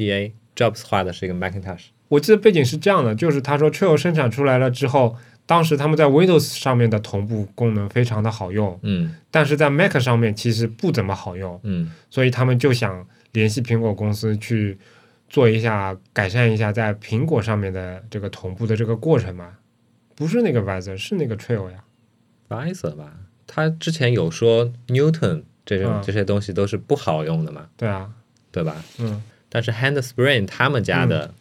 Speaker 1: PDA，Jobs 画的是一个 Macintosh。
Speaker 2: 我记得背景是这样的，就是他说 Trail 生产出来了之后，当时他们在 Windows 上面的同步功能非常的好用，
Speaker 1: 嗯
Speaker 2: 但是在 Mac 上面其实不怎么好用，
Speaker 1: 嗯
Speaker 2: 所以他们就想联系苹果公司去做一下改善一下在苹果上面的这个同步的这个过程嘛。不是那个 Visor，是那个 Trail 呀。
Speaker 1: ，Visor 吧，他之前有说 Newton 这种、
Speaker 2: 嗯
Speaker 1: 这些东西都是不好用的嘛，
Speaker 2: 对啊，
Speaker 1: 对吧？
Speaker 2: 嗯，
Speaker 1: 但是 Handspring 他们家的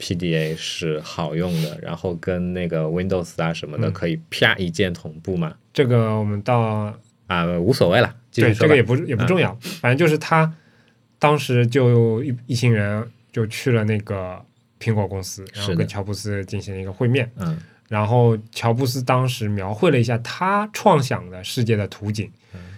Speaker 1: PDA 是好用的，然后跟那个 Windows 啊什么的
Speaker 2: 嗯
Speaker 1: 可以啪一键同步嘛，
Speaker 2: 这个我们到
Speaker 1: 啊、无所谓了，继续
Speaker 2: 对
Speaker 1: 说吧。
Speaker 2: 这
Speaker 1: 嗯
Speaker 2: 个也不是也不重要，反正就是他当时就一一行人就去了那个苹果公司，然后
Speaker 1: 是的
Speaker 2: 跟乔布斯进行了一个会面，
Speaker 1: 嗯
Speaker 2: 然后乔布斯当时描绘了一下他创想的世界的图景，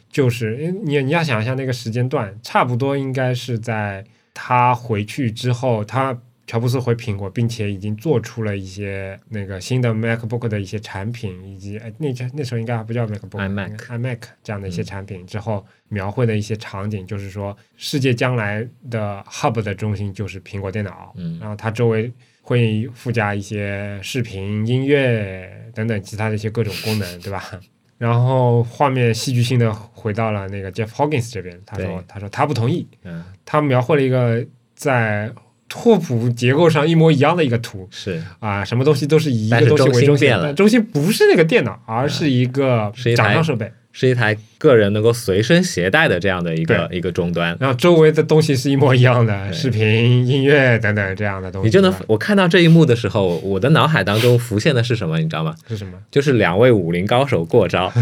Speaker 2: 就是因为你你要想一下那个时间段，差不多应该是在他回去之后，他乔布斯回苹果，并且已经做出了一些那个新的 MacBook 的一些产品，以及哎那家那时候应该还不叫 MacBook
Speaker 1: iMac
Speaker 2: iMac 这样的一些产品之后，描绘的一些场景，就是说世界将来的 Hub 的中心就是苹果电脑，
Speaker 1: 嗯
Speaker 2: 然后它周围会附加一些视频、音乐等等其他的一些各种功能，对吧？然后画面戏剧性的回到了那个 Jeff Hawkins 这边，他
Speaker 1: 对
Speaker 2: 说：“他说他不同意，
Speaker 1: 嗯
Speaker 2: 他描绘了一个在拓扑结构上一模一样的一个图
Speaker 1: 是
Speaker 2: 啊，什么东西都是以一
Speaker 1: 但
Speaker 2: 个
Speaker 1: 是
Speaker 2: 东西
Speaker 1: 中
Speaker 2: 为
Speaker 1: 心
Speaker 2: 中心
Speaker 1: 变了嗯
Speaker 2: 但中心不是那个电脑，而是一个
Speaker 1: 是一台
Speaker 2: 掌上设备，
Speaker 1: 是一台个人能够随身携带的这样的一个一个终端。
Speaker 2: 然后周围的东西是一模一样的，
Speaker 1: 对
Speaker 2: 视频、音乐等等这样的东西。
Speaker 1: 你就能
Speaker 2: 对吧
Speaker 1: 我看到这一幕的时候，我的脑海当中浮现的是什么？你知道吗？
Speaker 2: 是什么？
Speaker 1: 就是两位武林高手过 招，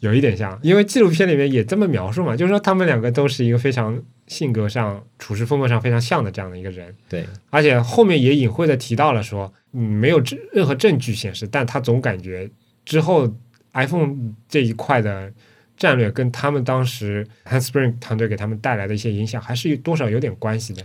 Speaker 2: 有一点像，因为纪录片里面也这么描述嘛，就是说他们两个都是一个非常性格上、处事风格上非常像的这样的一个人，
Speaker 1: 对，
Speaker 2: 而且后面也隐晦的提到了说，嗯，没有证任何证据显示，但他总感觉之后 iPhone 这一块的战略跟他们当时 Handspring 团队给他们带来的一些影响，还是有多少有点关系的。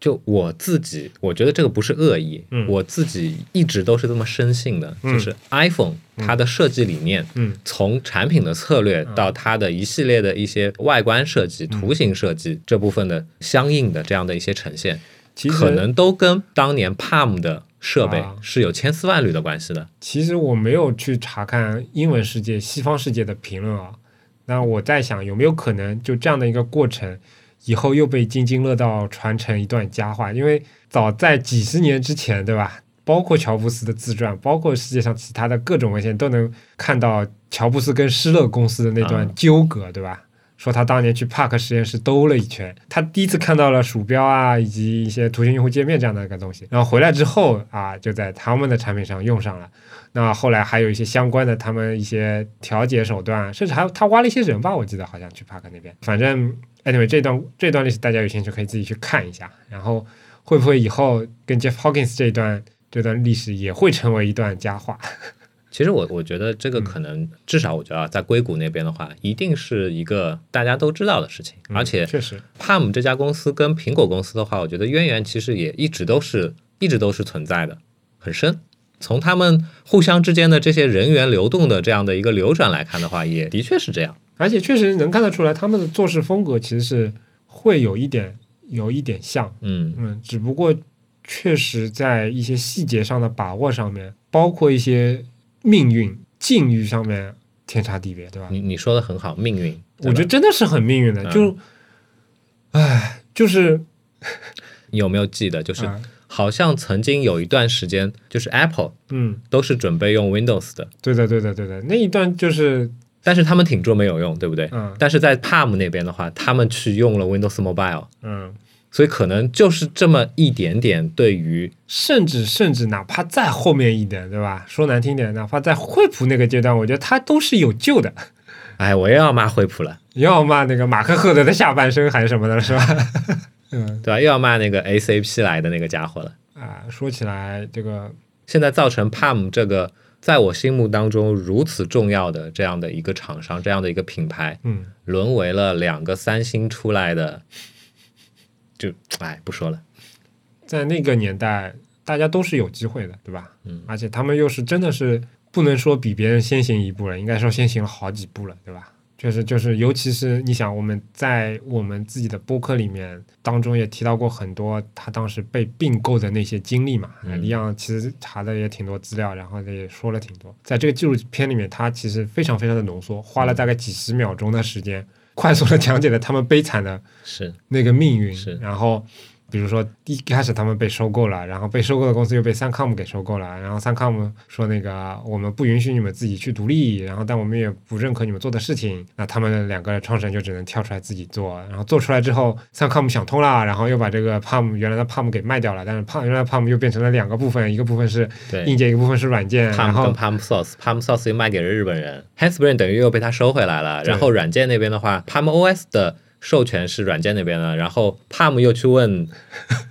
Speaker 1: 就我自己，我觉得这个不是恶意，
Speaker 2: 嗯
Speaker 1: 我自己一直都是这么深信的，
Speaker 2: 嗯
Speaker 1: 就是 iPhone
Speaker 2: 嗯
Speaker 1: 它的设计理念。
Speaker 2: 嗯
Speaker 1: 从产品的策略到它的一系列的一些外观设计、
Speaker 2: 嗯
Speaker 1: 图形设计这部分的相应的这样的一些呈现，
Speaker 2: 其实
Speaker 1: 可能都跟当年 Palm 的设备
Speaker 2: 啊
Speaker 1: 是有千丝万缕的关系的。
Speaker 2: 其实我没有去查看英文世界、西方世界的评论啊。那我在想，有没有可能就这样的一个过程，以后又被津津乐道传成一段佳话？因为早在几十年之前，对吧？包括乔布斯的自传，包括世界上其他的各种文献，都能看到乔布斯跟施乐公司的那段
Speaker 1: 嗯
Speaker 2: 纠葛，对吧？说他当年去帕克实验室兜了一圈，他第一次看到了鼠标啊，以及一些图形用户界面这样的一个东西。然后回来之后啊，就在他们的产品上用上了。那后来还有一些相关的他们一些调解手段，甚至还有他挖了一些人吧，我记得好像去帕克那边。反正 anyway 这段这段历史大家有兴趣可以自己去看一下。然后会不会以后跟 Jeff Hawkins 这一段这段历史也会成为一段佳话？
Speaker 1: 其实我我觉得
Speaker 2: 嗯
Speaker 1: 这个可能，至少我觉得啊，在硅谷那边的话，一定是一个大家都知道的事情。
Speaker 2: 嗯
Speaker 1: 而且
Speaker 2: 确实，
Speaker 1: Palm 这家公司跟苹果公司的话，我觉得渊源其实也一直都是一直都是存在的，很深。从他们互相之间的这些人员流动的这样的一个流转来看的话，也的确是这样。
Speaker 2: 而且确实能看得出来他们的做事风格其实是会有一点有一点像，
Speaker 1: 嗯，
Speaker 2: 嗯，只不过确实在一些细节上的把握上面，包括一些命运、境遇上面天差地别，对吧？
Speaker 1: 你你说的很好，命运。
Speaker 2: 我
Speaker 1: 对
Speaker 2: 觉得
Speaker 1: 吧
Speaker 2: 真的是很命运的，
Speaker 1: 嗯
Speaker 2: 就，唉，就是
Speaker 1: 你有没有记得，就是
Speaker 2: 啊
Speaker 1: 好像曾经有一段时间，就是 Apple
Speaker 2: 嗯，
Speaker 1: 都是准备用 Windows 的，
Speaker 2: 对的，对的，对的，那一段就是，
Speaker 1: 但是他们挺住没有用，对不对？
Speaker 2: 嗯
Speaker 1: 但是在 Palm 那边的话，他们去用了 Windows Mobile，
Speaker 2: 嗯，
Speaker 1: 所以可能就是这么一点点对于
Speaker 2: 甚至甚至哪怕再后面一点，对吧？说难听点，哪怕在惠普那个阶段，我觉得他都是有救的。
Speaker 1: 哎，我又要骂惠普了，
Speaker 2: 要骂那个马克·赫德的下半身还是什么的，是吧？ 嗯
Speaker 1: 对吧？又要骂那个 ACP 来的那个家伙了。
Speaker 2: 啊，说起来这个
Speaker 1: 现在造成 Palm 这个在我心目当中如此重要的这样的一个厂商，这样的一个品牌，
Speaker 2: 嗯，
Speaker 1: 沦为了两个三星出来的，就哎不说了。
Speaker 2: 在那个年代，大家都是有机会的，对吧？
Speaker 1: 嗯
Speaker 2: 而且他们又是真的是不能说比别人先行一步了，应该说先行了好几步了，对吧？确实，就是尤其是你想，我们在我们自己的播客里面当中也提到过很多他当时被并购的那些经历嘛。
Speaker 1: 嗯
Speaker 2: 李昂其实查的也挺多资料，然后也说了挺多。在这个纪录片里面，他其实非常非常的浓缩，
Speaker 1: 嗯
Speaker 2: 花了大概几十秒钟的时间，快速的讲解了他们悲惨的
Speaker 1: 是
Speaker 2: 那个命运。
Speaker 1: 是
Speaker 2: 然后比如说一开始他们被收购了，然后被收购的公司又被三 com 给收购了，然后三 com 说那个我们不允许你们自己去独立，然后但我们也不认可你们做的事情，那他们两个创始人就只能跳出来自己做，然后做出来之后，三 com 想通了，然后又把这个 palm 原来的 palm 给卖掉了，但是 palm 原来的 palm 又变成了两个部分，一个部分是
Speaker 1: 对
Speaker 2: 硬件，一个部分是软件，然
Speaker 1: Palm
Speaker 2: 后
Speaker 1: 跟 Palm Source，Palm Source 又卖给了日本人，Handspring 等于又被他收回来了。然后软件那边的话，Palm OS 的授权是软件那边的，然后 Palm 又去问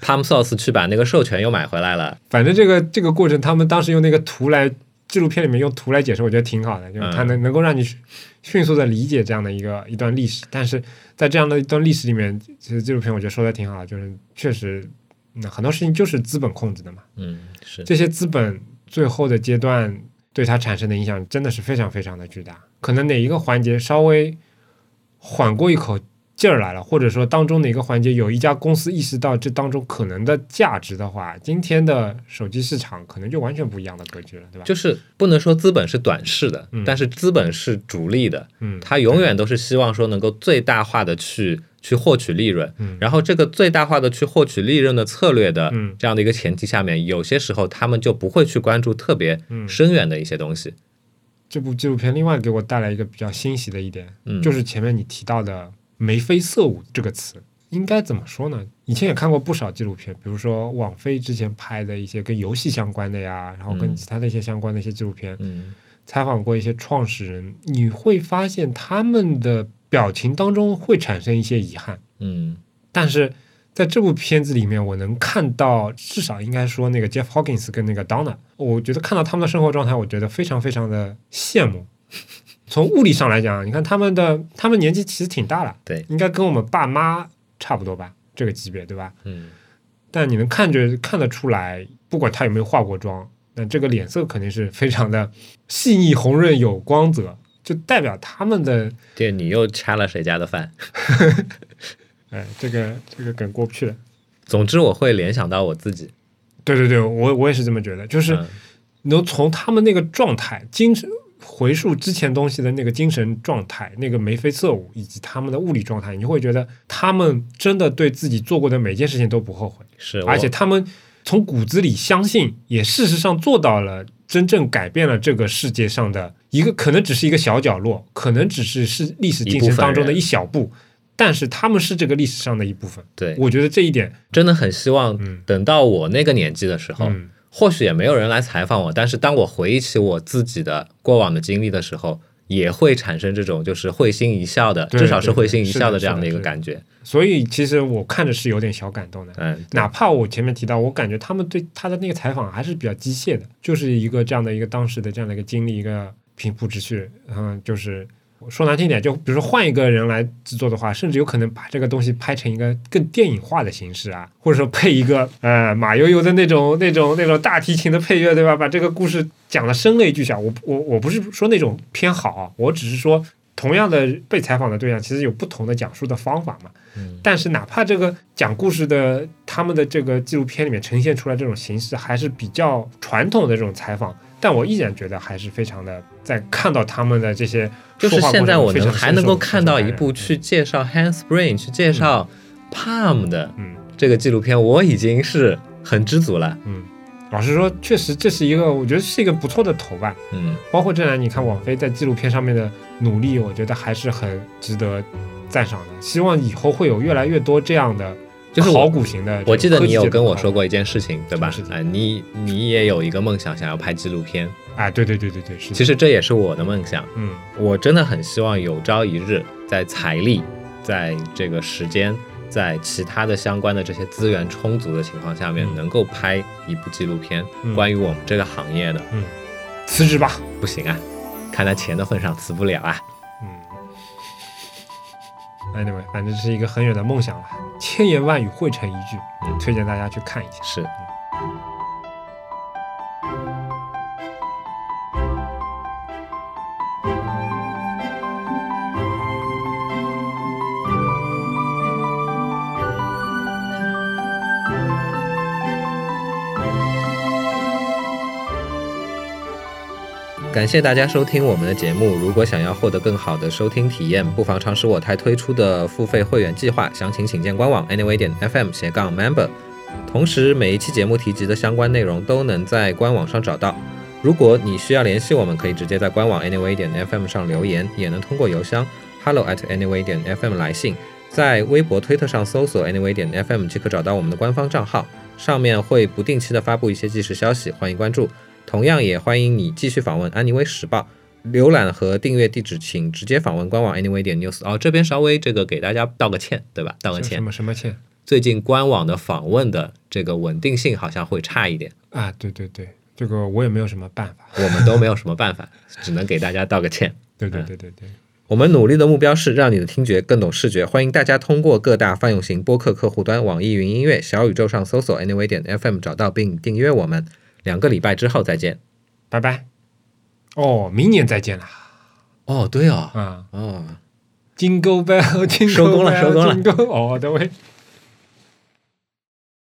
Speaker 1: Palm Source 去把那个授权又买回来了。
Speaker 2: 反正这个这个过程，他们当时用那个图来纪录片里面用图来解释，我觉得挺好的，就是它能、能够让你迅迅速的理解这样的一个一段历史。但是在这样的一段历史里面，其实纪录片我觉得说的挺好的，就是确实，那、很多事情就是资本控制的嘛，
Speaker 1: 嗯，是
Speaker 2: 这些资本最后的阶段对它产生的影响真的是非常非常的巨大，可能哪一个环节稍微缓过一口劲儿来了，或者说当中哪个环节有一家公司意识到这当中可能的价值的话，今天的手机市场可能就完全不一样的格局了，对吧？
Speaker 1: 就是不能说资本是短视的，
Speaker 2: 嗯
Speaker 1: 但是资本是逐利的，
Speaker 2: 嗯，
Speaker 1: 它永远都是希望说能够最大化的去去获取利润。
Speaker 2: 嗯
Speaker 1: 然后这个最大化的去获取利润的策略的
Speaker 2: 嗯
Speaker 1: 这样的一个前提下面，有些时候他们就不会去关注特别
Speaker 2: 嗯
Speaker 1: 深远的一些东西。
Speaker 2: 这部纪录片另外给我带来一个比较欣喜的一点，
Speaker 1: 嗯，
Speaker 2: 就是前面你提到的“眉飞色舞”这个词，应该怎么说呢？以前也看过不少纪录片，比如说网飞之前拍的一些跟游戏相关的呀，然后跟
Speaker 1: 嗯
Speaker 2: 其他的一些相关的一些纪录片，
Speaker 1: 嗯
Speaker 2: 采访过一些创始人，你会发现他们的表情当中会产生一些遗憾，
Speaker 1: 嗯
Speaker 2: 但是。在这部片子里面，我能看到至少应该说那个 Jeff Hawkins 跟那个 Donna，我觉得看到他们的生活状态，我觉得非常非常的羡 慕。从物理上来讲，你看他们的他们年纪其实挺大了，
Speaker 1: 对
Speaker 2: 应该跟我们爸妈差不多吧，这个级别对吧？
Speaker 1: 嗯
Speaker 2: 但你能看着看得出来，不管他有没有化过妆，那这个脸色肯定是非常的细腻、红润、有光泽，就代表他们的
Speaker 1: 对你又掐了谁家的饭？
Speaker 2: 哎，这个这个梗过不去了。
Speaker 1: 总之，我会联想到我自己，
Speaker 2: 对对对，我我也是这么觉得，就是
Speaker 1: 嗯
Speaker 2: 能从他们那个状态、精神回溯之前东西的那个精神状态、那个眉飞色舞以及他们的物理状态，你就会觉得他们真的对自己做过的每件事情都不后悔。
Speaker 1: 是，
Speaker 2: 而
Speaker 1: 我
Speaker 2: 且他们从骨子里相信，也事实上做到了，真正改变了这个世界上的一个，可能只是一个小角落，可能只是是历史进程当中的一小步，但是他们是这个历史上的一部分。
Speaker 1: 对
Speaker 2: 我觉得这一点，
Speaker 1: 真的很希望
Speaker 2: 嗯
Speaker 1: 等到我那个年纪的时候，
Speaker 2: 嗯
Speaker 1: 或许也没有人来采访我，但是当我回忆起我自己的过往的经历的时候，也会产生这种就是会心一笑的，
Speaker 2: 对
Speaker 1: 至少是
Speaker 2: 对
Speaker 1: 会心一
Speaker 2: 是的
Speaker 1: 笑的
Speaker 2: 是
Speaker 1: 这样
Speaker 2: 的
Speaker 1: 的一个
Speaker 2: 是的
Speaker 1: 感觉。
Speaker 2: 所以其实我看着是有点小感动的。
Speaker 1: 嗯，
Speaker 2: 哪怕我前面提到，我感觉他们对他的那个采访还是比较机械的，就是一个这样的一个当时的这样的一个经历，一个平铺直叙，嗯，就是说难听点，就比如说换一个人来制作的话，甚至有可能把这个东西拍成一个更电影化的形式啊， 或者说配一个呃马悠悠的那种那种那种大提琴的配乐，对吧？把这个故事讲的声泪俱下。我我我不是说那种偏好啊，我只是说。同样的被采访的对象，其实有不同的讲述的方法嘛。
Speaker 1: 嗯
Speaker 2: 但是哪怕这个讲故事的他们的这个纪录片里面呈现出来这种形式还是比较传统的这种采访，但我依然觉得还是非常的在看到他们的这些
Speaker 1: 就
Speaker 2: 说
Speaker 1: 是
Speaker 2: 话过
Speaker 1: 现
Speaker 2: 程
Speaker 1: 在
Speaker 2: 中
Speaker 1: 我
Speaker 2: 非
Speaker 1: 能
Speaker 2: 常
Speaker 1: 还
Speaker 2: 深
Speaker 1: 能够
Speaker 2: 受
Speaker 1: 看
Speaker 2: 深受
Speaker 1: 到
Speaker 2: 感
Speaker 1: 一
Speaker 2: 染
Speaker 1: 部去介绍 Handspring 去介绍 Palm 的
Speaker 2: 嗯
Speaker 1: 这个纪录片，我已经是很知足了。
Speaker 2: 嗯，老实说，确实这是一个我觉得是一个不错的头吧。
Speaker 1: 嗯，
Speaker 2: 包括这两年你看网飞在纪录片上面的努力，我觉得还是很值得赞赏的。希望以后会有越来越多这样的
Speaker 1: 就是我
Speaker 2: 考古型的这种科技界的考古。
Speaker 1: 我记得你有跟我说过一件事情，对吧
Speaker 2: 什么事？情
Speaker 1: 啊，你你也有一个梦想，想要拍纪录片。
Speaker 2: 啊，对对对对对，是的。
Speaker 1: 其实这也是我的梦想。
Speaker 2: 嗯
Speaker 1: 我真的很希望有朝一日，在财力、在这个时间、在其他的相关的这些资源充足的情况下面，
Speaker 2: 嗯
Speaker 1: 能够拍一部纪录片，
Speaker 2: 嗯
Speaker 1: 关于我们这个行业的。
Speaker 2: 嗯，辞职吧。
Speaker 1: 不行啊，看在钱的份上辞不了啊。
Speaker 2: 嗯，anyway，反正是一个很远的梦想吧，千言万语汇成一句，
Speaker 1: 嗯
Speaker 2: 推荐大家去看一下。
Speaker 1: 是，感谢大家收听我们的节目。如果想要获得更好的收听体验，不妨尝试我台推出的付费会员计划，详情请见官网 anyway 点 fm 斜杠 member。同时，每一期节目提及的相关内容都能在官网上找到。如果你需要联系我们，可以直接在官网 anyway 点 fm 上留言，也能通过邮箱 hello at anyway 点 fm 来信。在微博、推特上搜索 anyway 点 fm 即可找到我们的官方账号，上面会不定期的发布一些即时消息，欢迎关注。同样也欢迎你继续访问安妮微时报。浏览和订阅地址，请直接访问官网 anyway 点 news。哦，这边稍微这个给大家道个歉，对吧？道个
Speaker 2: 什
Speaker 1: 歉
Speaker 2: 什。么什么欠
Speaker 1: 最近官网的访问的这个稳定性好像会差一点，
Speaker 2: 啊？对对对，这个我也没有什么办法。
Speaker 1: 我们都没有什么办法， 只能给大家道个歉。
Speaker 2: 对对
Speaker 1: 嗯
Speaker 2: 对对对，
Speaker 1: 我们努力的目标是让你的听觉更懂视觉。欢迎大家通过各大泛用型播客客户端、网易云音乐、小宇宙上搜索 anyway 点 fm 找到并订阅我们。两个礼拜之后再见。
Speaker 2: 拜拜。哦，明年再见啦！
Speaker 1: 哦，对哦，
Speaker 2: 啊
Speaker 1: 哦。
Speaker 2: ，Jingle Bell，Jingle Bell，
Speaker 1: 收工了收工了
Speaker 2: Jingle- 哦，等会。